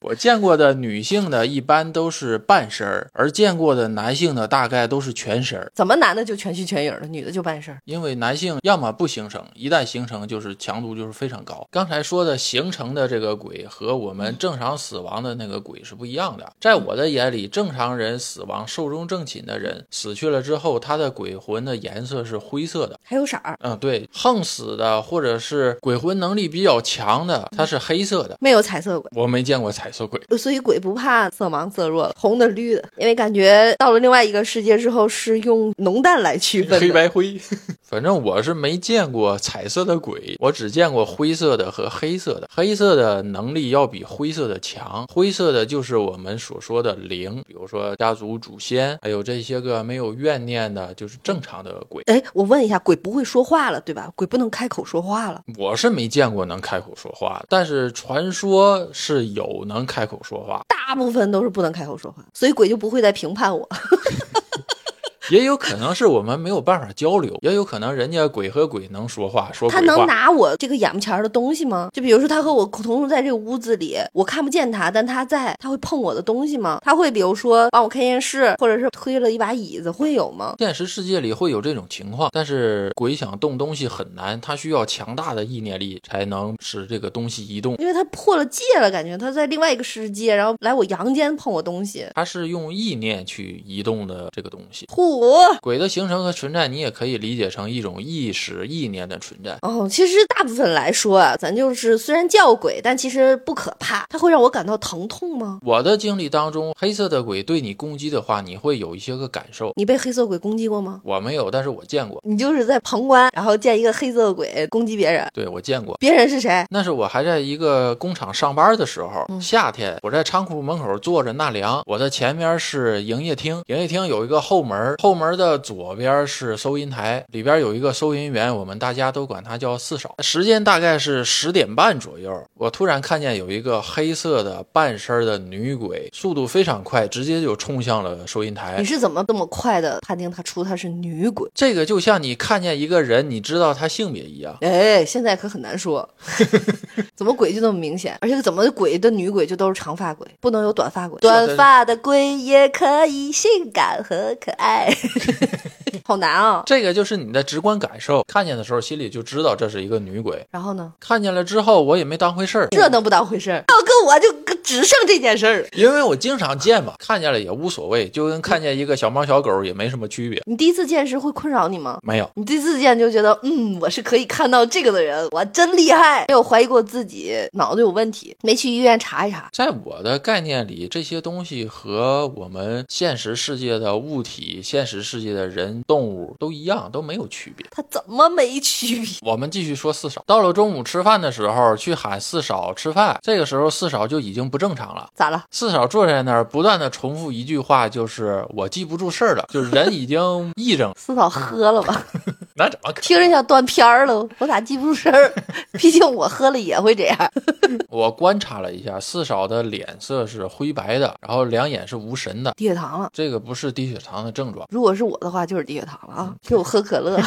[SPEAKER 2] 我见过的女性的一般都是半身儿，而见过的男性的大概都是全身儿。
[SPEAKER 1] 怎么男的就全虚全影儿了，女的就办事儿？
[SPEAKER 2] 因为男性要么不形成，一旦形成就是强度就是非常高。刚才说的形成的这个鬼和我们正常死亡的那个鬼是不一样的。在我的眼里，正常人死亡寿终正寝的人死去了之后，他的鬼魂的颜色是灰色的。
[SPEAKER 1] 还有色儿？
[SPEAKER 2] 嗯，对，横死的或者是鬼魂能力比较强的，它是黑色的。
[SPEAKER 1] 没有彩色的鬼。
[SPEAKER 2] 我没见过彩色鬼，
[SPEAKER 1] 所以鬼不怕色盲色弱了，红的绿的，因为感觉到了另外一个世界之后是用浓淡来区分
[SPEAKER 2] 黑
[SPEAKER 1] 的。
[SPEAKER 2] 白灰。反正我是没见过彩色的鬼，我只见过灰色的和黑色的。黑色的能力要比灰色的强，灰色的就是我们所说的灵，比如说家族祖先，还有这些个没有怨念的，就是正常的鬼。
[SPEAKER 1] 哎，我问一下，鬼不会说话了，对吧？鬼不能开口说话了。
[SPEAKER 2] 我是没见过能开口说话的，但是传说是有能开口说话，
[SPEAKER 1] 大部分都是不能开口说话，所以鬼就不会再评判我。
[SPEAKER 2] 也有可能是我们没有办法交流，也有可能人家鬼和鬼能说话，说
[SPEAKER 1] 他
[SPEAKER 2] 鬼
[SPEAKER 1] 能
[SPEAKER 2] 话。
[SPEAKER 1] 拿我这个眼巴前儿的东西吗？就比如说，他和我同住在这个屋子里，我看不见他，但他在，他会碰我的东西吗？他会比如说帮我看电视，或者是推了一把椅子，会有吗？
[SPEAKER 2] 现实世界里会有这种情况，但是鬼想动东西很难，它需要强大的意念力才能使这个东西移动。
[SPEAKER 1] 因为他破了戒了，感觉他在另外一个世界，然后来我阳间碰我东西。
[SPEAKER 2] 它是用意念去移动的这个东西。
[SPEAKER 1] 虎
[SPEAKER 2] 鬼的形成和存在，你也可以理解成一种意识、意念的存在。
[SPEAKER 1] 哦，其实大部分来说啊，咱就是虽然叫鬼，但其实不可怕。它会让我感到疼痛吗？
[SPEAKER 2] 我的经历当中，黑色的鬼对你攻击的话，你会有一些个感受。
[SPEAKER 1] 你被黑色鬼攻击过吗？
[SPEAKER 2] 我没有，但是我见过，
[SPEAKER 1] 你就是在旁观，然后见一个黑色鬼攻击别人，
[SPEAKER 2] 对我见过。
[SPEAKER 1] 别人是谁？
[SPEAKER 2] 那是我还在一个工厂上班的时候，
[SPEAKER 1] 嗯
[SPEAKER 2] 夏天，我在仓库门口坐着纳凉，我的前面是营业厅，营业厅有一个后门，后门的左边是收银台，里边有一个收银员，我们大家都管他叫四嫂。时间大概是十点半左右，我突然看见有一个黑色的半身的女鬼，速度非常快，直接就冲向了收银台
[SPEAKER 1] 你。是怎么这么快的判定她出她是女鬼？
[SPEAKER 2] 这个就像你看见一个人，你知道他性别一样。
[SPEAKER 1] 哎，现在可很难 说，怎么鬼就那么明显？而且怎么鬼的女鬼就都是长发鬼，不能有短发鬼。
[SPEAKER 2] 的
[SPEAKER 1] 短发的鬼也可以性感和可爱， 好难啊！
[SPEAKER 2] 这个就是你的直观感受，看见的时候心里就知道这是一个女鬼。
[SPEAKER 1] 然后呢？
[SPEAKER 2] 看见了之后，我也没当回事儿。
[SPEAKER 1] 这能不当回事儿？要跟我就跟只剩这件事儿了。
[SPEAKER 2] 因为我经常见嘛，看见了也无所谓，就跟看见一个小猫小狗也没什么区别。
[SPEAKER 1] 你第一次见时会困扰你吗？
[SPEAKER 2] 没有，
[SPEAKER 1] 你第一次见就觉得，嗯，我是可以看到这个的人，我真厉害。没有怀疑过自己脑子有问题，没去医院查一查。
[SPEAKER 2] 在我的概念里，这些东西和我们现实世界的物体、现实世界的人、动物都一样，都没有区别。
[SPEAKER 1] 他怎么没区别？
[SPEAKER 2] 我们继续说四嫂。到了中午吃饭的时候，去喊四嫂吃饭，这个时候四嫂就已经不正常了。
[SPEAKER 1] 咋了？，
[SPEAKER 2] 四嫂坐在那儿，不断的重复一句话，就是我记不住事儿了，就是人已经癔症
[SPEAKER 1] 四嫂喝了吧？
[SPEAKER 2] 那怎么可 能？
[SPEAKER 1] 听着像断片儿了， 我咋记不住事儿？毕竟我喝了也会这样。
[SPEAKER 2] 我观察了一下，四嫂的脸色是灰白的，然后两眼是无神的，
[SPEAKER 1] 低血糖了。
[SPEAKER 2] 这个不是低血糖的症状。
[SPEAKER 1] 如果是我的话，就是低血糖了啊！给我喝可乐，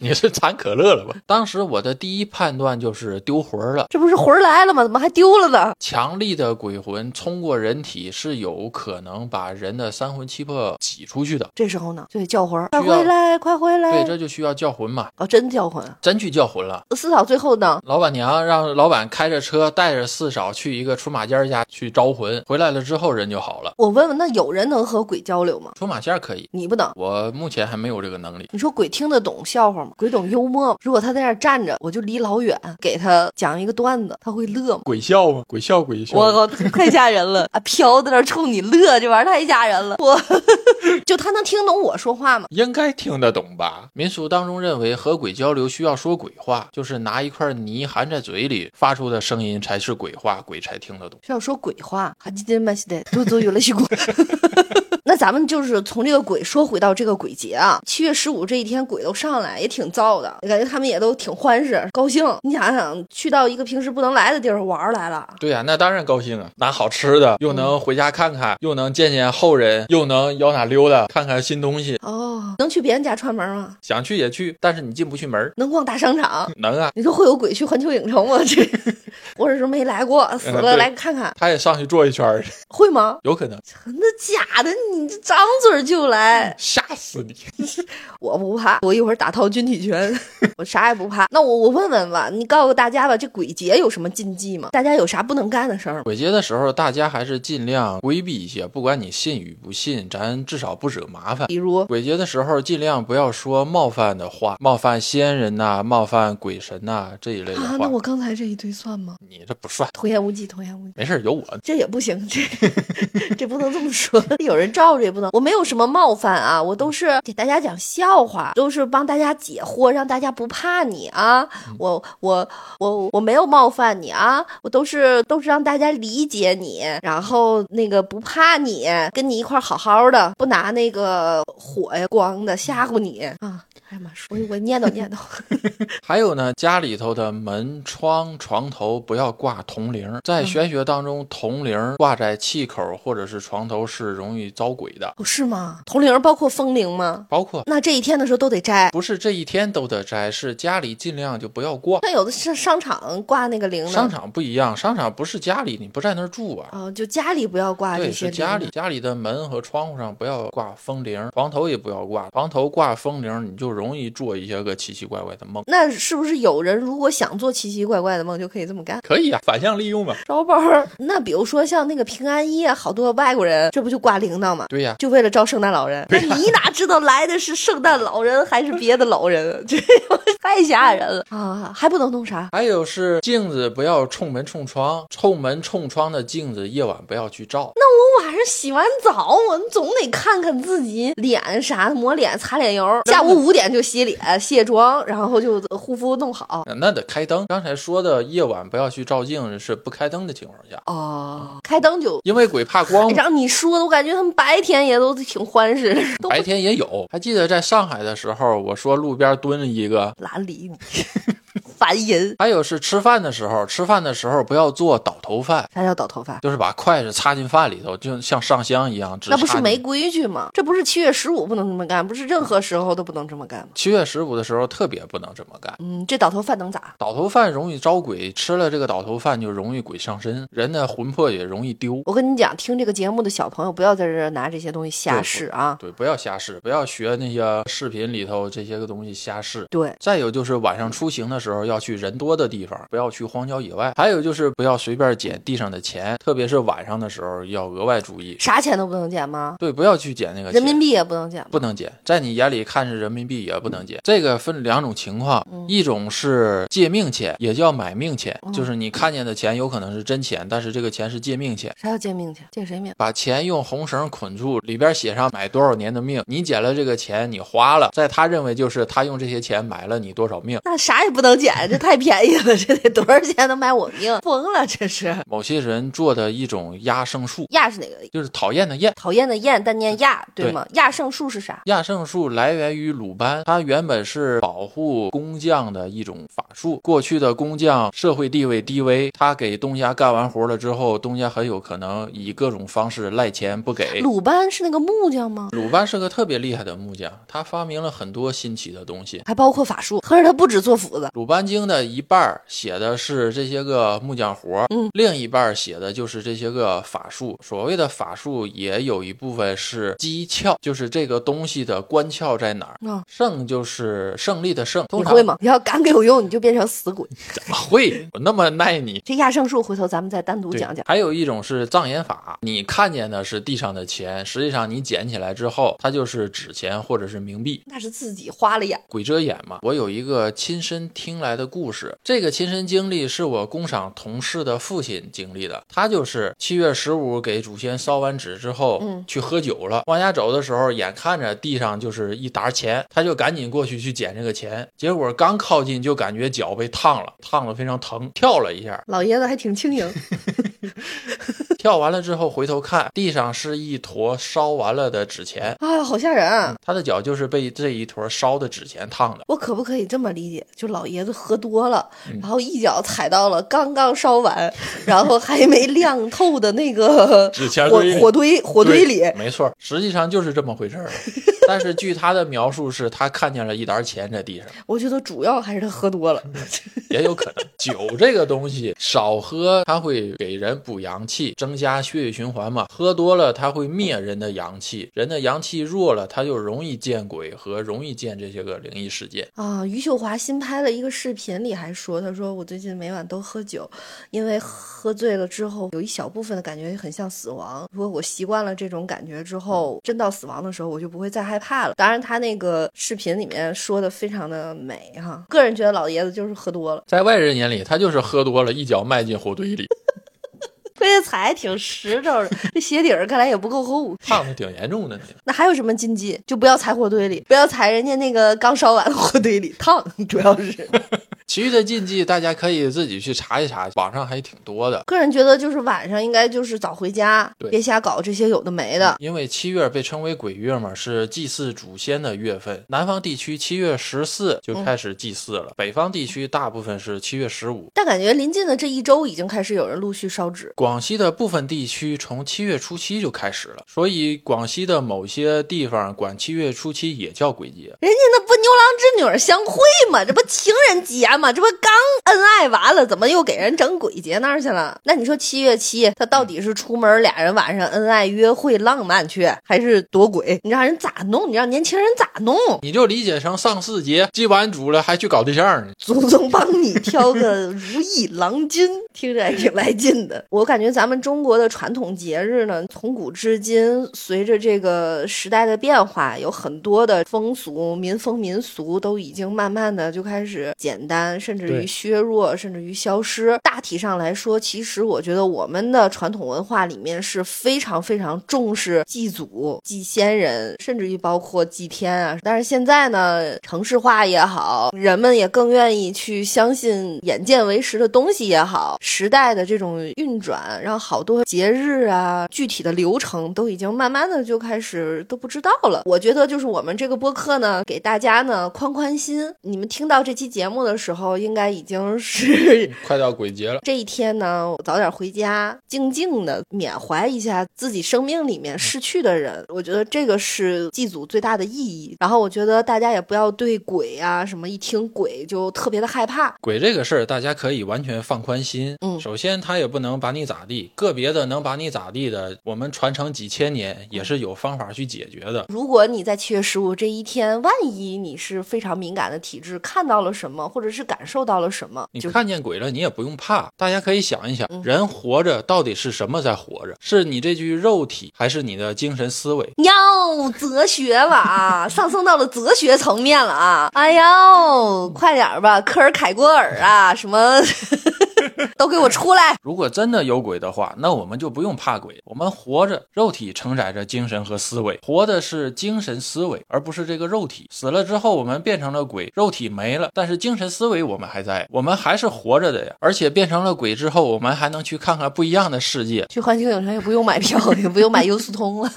[SPEAKER 2] 你是馋可乐了吧？当时我的第一判断就是丢魂儿了。
[SPEAKER 1] 这不是魂儿来了吗？怎么还丢了呢？
[SPEAKER 2] 强力的鬼魂冲过人体是有可能把人的三魂七魄挤出去的，
[SPEAKER 1] 这时候呢，就得叫魂儿，快
[SPEAKER 2] 需要
[SPEAKER 1] 回来，快回
[SPEAKER 2] 对，
[SPEAKER 1] 来！
[SPEAKER 2] 这就需要叫魂嘛，
[SPEAKER 1] 哦，真叫魂啊！
[SPEAKER 2] 真去叫魂了。
[SPEAKER 1] 四嫂最后呢，
[SPEAKER 2] 老板娘让老板开着车带着四嫂去一个出马仙儿家去招魂，回来了之后人就好了。
[SPEAKER 1] 我问问，那有人能和鬼交流吗？
[SPEAKER 2] 出马仙儿可以，
[SPEAKER 1] 你不能。
[SPEAKER 2] 我目前还没有这个能力。
[SPEAKER 1] 你说鬼听得懂笑话吗？鬼懂幽默吗？如果他在那儿站着，我就离老远给他讲一个段子，他会乐吗？
[SPEAKER 2] 鬼笑吗？鬼笑鬼笑
[SPEAKER 1] 我靠，太吓人了！ 啊，飘在那儿冲你乐，这玩意儿太吓人了。我 就他能听懂我说话吗？
[SPEAKER 2] 应该听得懂吧？民俗当中认为和鬼交流需要说鬼话，就是拿一块泥含在嘴里发出的声音才是鬼话，鬼才听得懂。
[SPEAKER 1] 是要说鬼话，还今天麦西得足足有了西鬼。嗯 那咱们就是从这个鬼说回到这个鬼节啊，七月十五这一天鬼都上来，也挺燥的，感觉他们也都挺欢实高兴。你想想，去到一个平时不能来的地儿玩儿来了，
[SPEAKER 2] 对呀、那当然高兴啊！拿好吃的，又能回家看看，又能见见后人，又能摇哪溜达，看看新东西。
[SPEAKER 1] 哦，能去别人家串门吗？
[SPEAKER 2] 想去也去，但是你进不去门儿。
[SPEAKER 1] 能逛大商场？
[SPEAKER 2] 能啊，
[SPEAKER 1] 你说会有鬼去环球影城吗？ 这我只是没来过，死
[SPEAKER 2] 嗯
[SPEAKER 1] 了
[SPEAKER 2] 对
[SPEAKER 1] 来看看，
[SPEAKER 2] 他也上去坐一圈儿，
[SPEAKER 1] 会吗？
[SPEAKER 2] 有可能
[SPEAKER 1] 真的假的？你这张嘴就来，
[SPEAKER 2] 吓死你。
[SPEAKER 1] 我不怕，我一会儿打套军体拳，我啥也不怕。那我我问问吧，你告诉大家吧，这鬼节有什么禁忌吗？大家有啥不能干的事儿吗？
[SPEAKER 2] 鬼节的时候，大家还是尽量规避一些，不管你信与不信，咱至少不惹麻烦。
[SPEAKER 1] 比 如
[SPEAKER 2] 鬼节的时候，尽量不要说冒犯的话，冒犯仙人呐、冒犯鬼神呐、这一类的
[SPEAKER 1] 啊，
[SPEAKER 2] 话。
[SPEAKER 1] 那我刚才这一堆算吗？
[SPEAKER 2] 你这不算，
[SPEAKER 1] 童言无忌，童言无忌。
[SPEAKER 2] 没事儿，有我呢。
[SPEAKER 1] 这也不行，这 这不能这么说， 有人罩着也不能。我没有什么冒犯啊，我都是给大家讲笑话，都是帮大家解惑，让大家不怕你啊。我我我我没有冒犯你啊，我都是都是让大家理解你，然后那个不怕你，跟你一块儿好好的，不拿那个火呀光的吓唬你啊。哎呀妈，我我念叨念叨，
[SPEAKER 2] 还有呢，家里头的门窗、床头不要挂铜
[SPEAKER 1] 嗯
[SPEAKER 2] 铃儿，在玄学当中，铜铃儿挂在气口或者是床头是容易招鬼的，
[SPEAKER 1] 哦是吗？铜铃儿包括风铃吗？
[SPEAKER 2] 包括
[SPEAKER 1] 那这一天的时候都得摘。
[SPEAKER 2] 不是这一天都得摘，是家里尽量就不 要挂。
[SPEAKER 1] 像有的是商场挂那个铃呢，
[SPEAKER 2] 商场不一样，商场不是家里，你不在那儿住啊。
[SPEAKER 1] 哦，就家里不要挂这
[SPEAKER 2] 对，
[SPEAKER 1] 些
[SPEAKER 2] 是
[SPEAKER 1] 铃
[SPEAKER 2] 家里家里的门和窗户上不要挂风铃，床头也不要挂，床头挂风铃你就容易做一些个奇奇怪怪的梦。
[SPEAKER 1] 那是不是有人如果想做奇奇怪怪的梦，就可以这么干？
[SPEAKER 2] 可以啊，反向利用嘛。
[SPEAKER 1] 招包儿。 那比如说像那个平安夜，好多外国人这不就挂铃铛吗？
[SPEAKER 2] 对呀、
[SPEAKER 1] 就为了招圣诞老人。那你哪知道来的是圣诞老人还是别的老人啊？这 太吓人了啊！还不能弄啥？
[SPEAKER 2] 还有是镜子不要冲门冲窗，冲门冲窗的镜子夜晚不要去照。
[SPEAKER 1] 那我晚上洗完澡，我总得看看自己脸啥的，抹脸、擦脸油。下午五点就洗脸、卸妆，然后就护肤弄好。
[SPEAKER 2] 那那得开灯。刚才说的夜晚不要去照镜，是不开灯的情况下，
[SPEAKER 1] 哦，开灯就
[SPEAKER 2] 因为鬼怕光
[SPEAKER 1] 哎
[SPEAKER 2] 嘛。
[SPEAKER 1] 让你说的，我感觉他们白天也都挺欢实的，都
[SPEAKER 2] 白天也有，还记得在上海的时候，我说路边蹲了一个。
[SPEAKER 1] 懒得理你，烦 人。
[SPEAKER 2] 还有是吃饭的时候，吃饭的时候不要做倒头饭，
[SPEAKER 1] 啥叫倒头饭？
[SPEAKER 2] 就是把筷子插进饭里头，就像上香一样。只
[SPEAKER 1] 那不是
[SPEAKER 2] 插进
[SPEAKER 1] 没规矩吗？这不是七月十五不能这么干，不是任何时候都不能这么干吗？
[SPEAKER 2] 七月十五的时候特别不能这么干。
[SPEAKER 1] 嗯，这倒头饭能咋？
[SPEAKER 2] 倒头饭容易招鬼，吃了这个倒头饭就容易鬼上身，人的魂魄也容易丢。
[SPEAKER 1] 我跟你讲，听这个节目的小朋友不要在这儿拿这些东西瞎试啊！
[SPEAKER 2] 对，不要瞎试，不要学那些视频里头这些个东西瞎试。
[SPEAKER 1] 对，
[SPEAKER 2] 再有就是晚上出行的时候要去人多的地方，不要去荒郊野外。还有就是不要随便捡地上的钱，特别是晚上的时候要额外注意。
[SPEAKER 1] 啥钱都不能捡吗？
[SPEAKER 2] 对，不要去捡那个
[SPEAKER 1] 人民
[SPEAKER 2] 钱
[SPEAKER 1] 币也不能捡吗？
[SPEAKER 2] 不能捡，在你眼里看是人民币也不能捡。这个分两种情况，一种是借命钱，也叫买命钱，就是你看见的钱有可能是真钱，但是这个钱是借命钱。
[SPEAKER 1] 啥叫借命钱？借谁命？
[SPEAKER 2] 把钱用红绳捆住，里边写上买多少年的命。你捡了这个钱，你花了，在他认为就是他用这些钱买了你多少命。
[SPEAKER 1] 那啥也不能 捡，这太便宜了，这得多少钱能买我命？疯了，这是
[SPEAKER 2] 某些人做的一种压胜数，
[SPEAKER 1] 亚是哪个？
[SPEAKER 2] 就是讨厌的厌。
[SPEAKER 1] 讨厌的厌，但念亚，对
[SPEAKER 2] 对
[SPEAKER 1] 吗？亚圣树是啥？
[SPEAKER 2] 亚圣术来源于鲁班，它原本是保护工匠的一种法术。过去的工匠社会地位低微，他给东家干完活了之后，东家很有可能以各种方式赖钱不给。
[SPEAKER 1] 鲁班是那个木匠吗？
[SPEAKER 2] 鲁班是个特别厉害的木匠，他发明了很多新奇的东西。
[SPEAKER 1] 还包括法术，合着他不止做斧子
[SPEAKER 2] 《鲁班经》的一半儿写的是这些个木匠活儿，
[SPEAKER 1] 嗯
[SPEAKER 2] 另一半儿写的就是这些个法术。所谓的法术，也有一部分是机窍，就是这个东西的关窍在哪儿。
[SPEAKER 1] 啊。
[SPEAKER 2] 胜就是胜利的胜，
[SPEAKER 1] 你
[SPEAKER 2] 通常
[SPEAKER 1] 会吗？你要敢给我用，你就变成死鬼。
[SPEAKER 2] 会，我那么爱你。
[SPEAKER 1] 这亚圣树，回头咱们再单独
[SPEAKER 2] 对
[SPEAKER 1] 讲讲。
[SPEAKER 2] 还有一种是障眼法，你看见的是地上的钱，实际上你捡起来之后，它就是纸钱或者是冥币。
[SPEAKER 1] 那是自己花了眼，
[SPEAKER 2] 鬼遮眼嘛，我有一个亲身听来的故事，这个亲身经历是我工厂同事的父亲经历的。他就是七月十五给祖先烧完纸之后，
[SPEAKER 1] 嗯
[SPEAKER 2] 去喝酒了，往家走的时候，眼看着地上就是一沓钱，他就赶紧过去去捡这个钱，结果刚靠近就感觉脚被烫了，烫的非常疼，跳了一下，
[SPEAKER 1] 老爷子还挺轻盈。
[SPEAKER 2] 嗯跳完了之后回头看，地上是一坨烧完了的纸钱，
[SPEAKER 1] 啊，好吓人啊！
[SPEAKER 2] 他的脚就是被这一坨烧的纸钱烫的。
[SPEAKER 1] 我可不可以这么理解？就老爷子喝多了，
[SPEAKER 2] 嗯
[SPEAKER 1] 然后一脚踩到了刚刚烧 完，然后还没亮透的那个
[SPEAKER 2] 纸钱
[SPEAKER 1] 火
[SPEAKER 2] 堆里
[SPEAKER 1] 火堆火堆里
[SPEAKER 2] 对，没错，实际上就是这么回事儿。但是据他的描述是，他看见了一沓钱在地上，
[SPEAKER 1] 我觉得主要还是他喝多了。
[SPEAKER 2] 也有可能酒这个东西少喝，它会给人补阳气，增加血液循环嘛。喝多了，它会灭人的阳气，人的阳气弱了，他就容易见鬼和容易见这些个灵异事件。
[SPEAKER 1] 啊，余秀华新拍的一个视频里还说，她说我最近每晚都喝酒，因为喝醉了之后有一小部分的感觉很像死亡。如果我习惯了这种感觉之后，真到死亡的时候，我就不会再害怕了。当然，她那个视频里面说的非常的美哈，个人觉得老爷子就是喝多了，
[SPEAKER 2] 在外人眼里，他就是喝多了，一脚迈进火堆里，
[SPEAKER 1] 关键踩还挺实 诚的，这鞋底儿看来也不够厚。
[SPEAKER 2] 烫的挺严重的呢。
[SPEAKER 1] 那还有什么禁忌？就不要踩火堆里，不要踩人家那个刚烧完的火堆里，烫，主要是。
[SPEAKER 2] 其余的禁忌大家可以自己去查一查，网上还挺多的。
[SPEAKER 1] 个人觉得，就是晚上应该就是早回家，
[SPEAKER 2] 对嗯
[SPEAKER 1] 别瞎搞这些有的没的。
[SPEAKER 2] 因为七月被称为鬼月嘛，是祭祀祖先的月份。南方地区七月十四就开始祭祀了，北方地区大部分是七月十五。
[SPEAKER 1] 但感觉临近的这一周已经开始有人陆续烧纸，
[SPEAKER 2] 广西的部分地区从七月初七就开始了，所以广西的某些地方管七月初七也叫鬼节。
[SPEAKER 1] 人家那不牛郎织女儿相会吗？这不情人节吗？这不刚恩爱完了，怎么又给人整鬼节那儿去了？那你说七月七，他到底是出门俩人晚上恩爱约会浪漫去，还是躲鬼？你让人咋弄？你让年轻人咋弄？
[SPEAKER 2] 你就理解成上巳节祭完祖了还去搞对象呢，
[SPEAKER 1] 祖宗帮你挑个如意郎君， 听着还挺来劲的。我感觉咱们中国的传统节日呢，从古至今，随着这个时代的变化，有很多的风俗、民风、民俗都已经慢慢的就开始简单，甚至于
[SPEAKER 2] 对
[SPEAKER 1] 削弱，甚至于消失。大体上来说，其实我觉得我们的传统文化里面是非常非常重视祭祖、祭先人，甚至于包括祭天啊。但是现在呢，城市化也好，人们也更愿意去相信眼见为实的东西也好，时代的这种运转，让好多节日啊、具体的流程都已经慢慢的就开始都不知道了。我觉得就是我们这个播客呢，给大家呢宽宽心。你们听到这期节目的时候，应该已经是
[SPEAKER 2] 快到鬼节了。
[SPEAKER 1] 这一天呢，我早点回家，静静的缅怀一下自己生命里面逝去的人。我觉得这个是祭祖最大的意义。然后我觉得大家也不要对鬼啊什么一听鬼就特别的害怕。
[SPEAKER 2] 鬼这个事儿，大家可以完全放宽心。
[SPEAKER 1] 嗯
[SPEAKER 2] 首先他也不能把你咋地，个别的能把你咋地的，我们传承几千年也是有方法去解决的。
[SPEAKER 1] 如果你在七月十五这一天，万一你是非常敏感的体质，看到了什么，或者是是感受到了什么。
[SPEAKER 2] 你
[SPEAKER 1] 就是
[SPEAKER 2] 看见鬼了，你也不用怕。大家可以想一想
[SPEAKER 1] 嗯，
[SPEAKER 2] 人活着到底是什么在活着？是你这具肉体，还是你的精神思维？
[SPEAKER 1] 哟，哲学了啊， 上升到了哲学层面了啊！哎呦，快点儿吧，科尔凯郭尔啊，什么 都给我出来！
[SPEAKER 2] 如果真的有鬼的话，那我们就不用怕鬼。我们活着，肉体承载着精神和思维，活的是精神思维，而不是这个肉体。死了之后，我们变成了鬼，肉体没了，但是精神思维我们还在，我们还是活着的呀。而且变成了鬼之后，我们还能去看看不一样的世界。
[SPEAKER 1] 去环球影城也不用买票， 也不用买优速通了。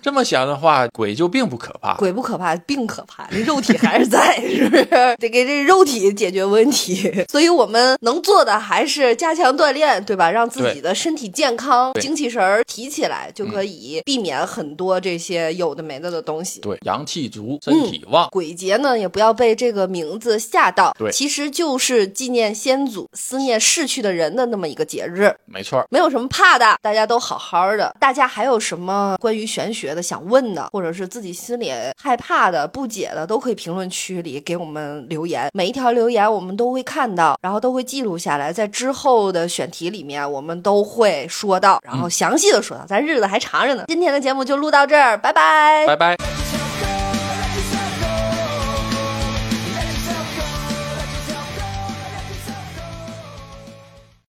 [SPEAKER 2] 这么想的话，鬼就并不可怕。
[SPEAKER 1] 鬼不可怕，病可怕，这肉体还是在，是不是？得给这肉体解决问题。所以我们能做的还是加强锻炼，对吧？让自己
[SPEAKER 2] 对
[SPEAKER 1] 的身体健康、
[SPEAKER 2] 对嗯
[SPEAKER 1] 精气神儿提起来，就可以避免很多这些有的没的的东西。
[SPEAKER 2] 对，阳气足，身体旺。
[SPEAKER 1] 鬼节呢，也不要被这个名字吓到，
[SPEAKER 2] 对
[SPEAKER 1] 其实就是纪念先祖、思念逝去的人的那么一个节日，
[SPEAKER 2] 没错儿，
[SPEAKER 1] 没有什么怕的，大家都好好的。大家还有什么关于玄学的想问的，或者是自己心里害怕的、不解的，都可以评论区里给我们留言，每一条留言我们都会看到，然后都会记录下来，在之后的选题里面我们都会说到，然后详细的说到，咱日子还长着呢。今天的节目就录到这儿，拜拜
[SPEAKER 2] 拜拜。
[SPEAKER 3] 「それだけの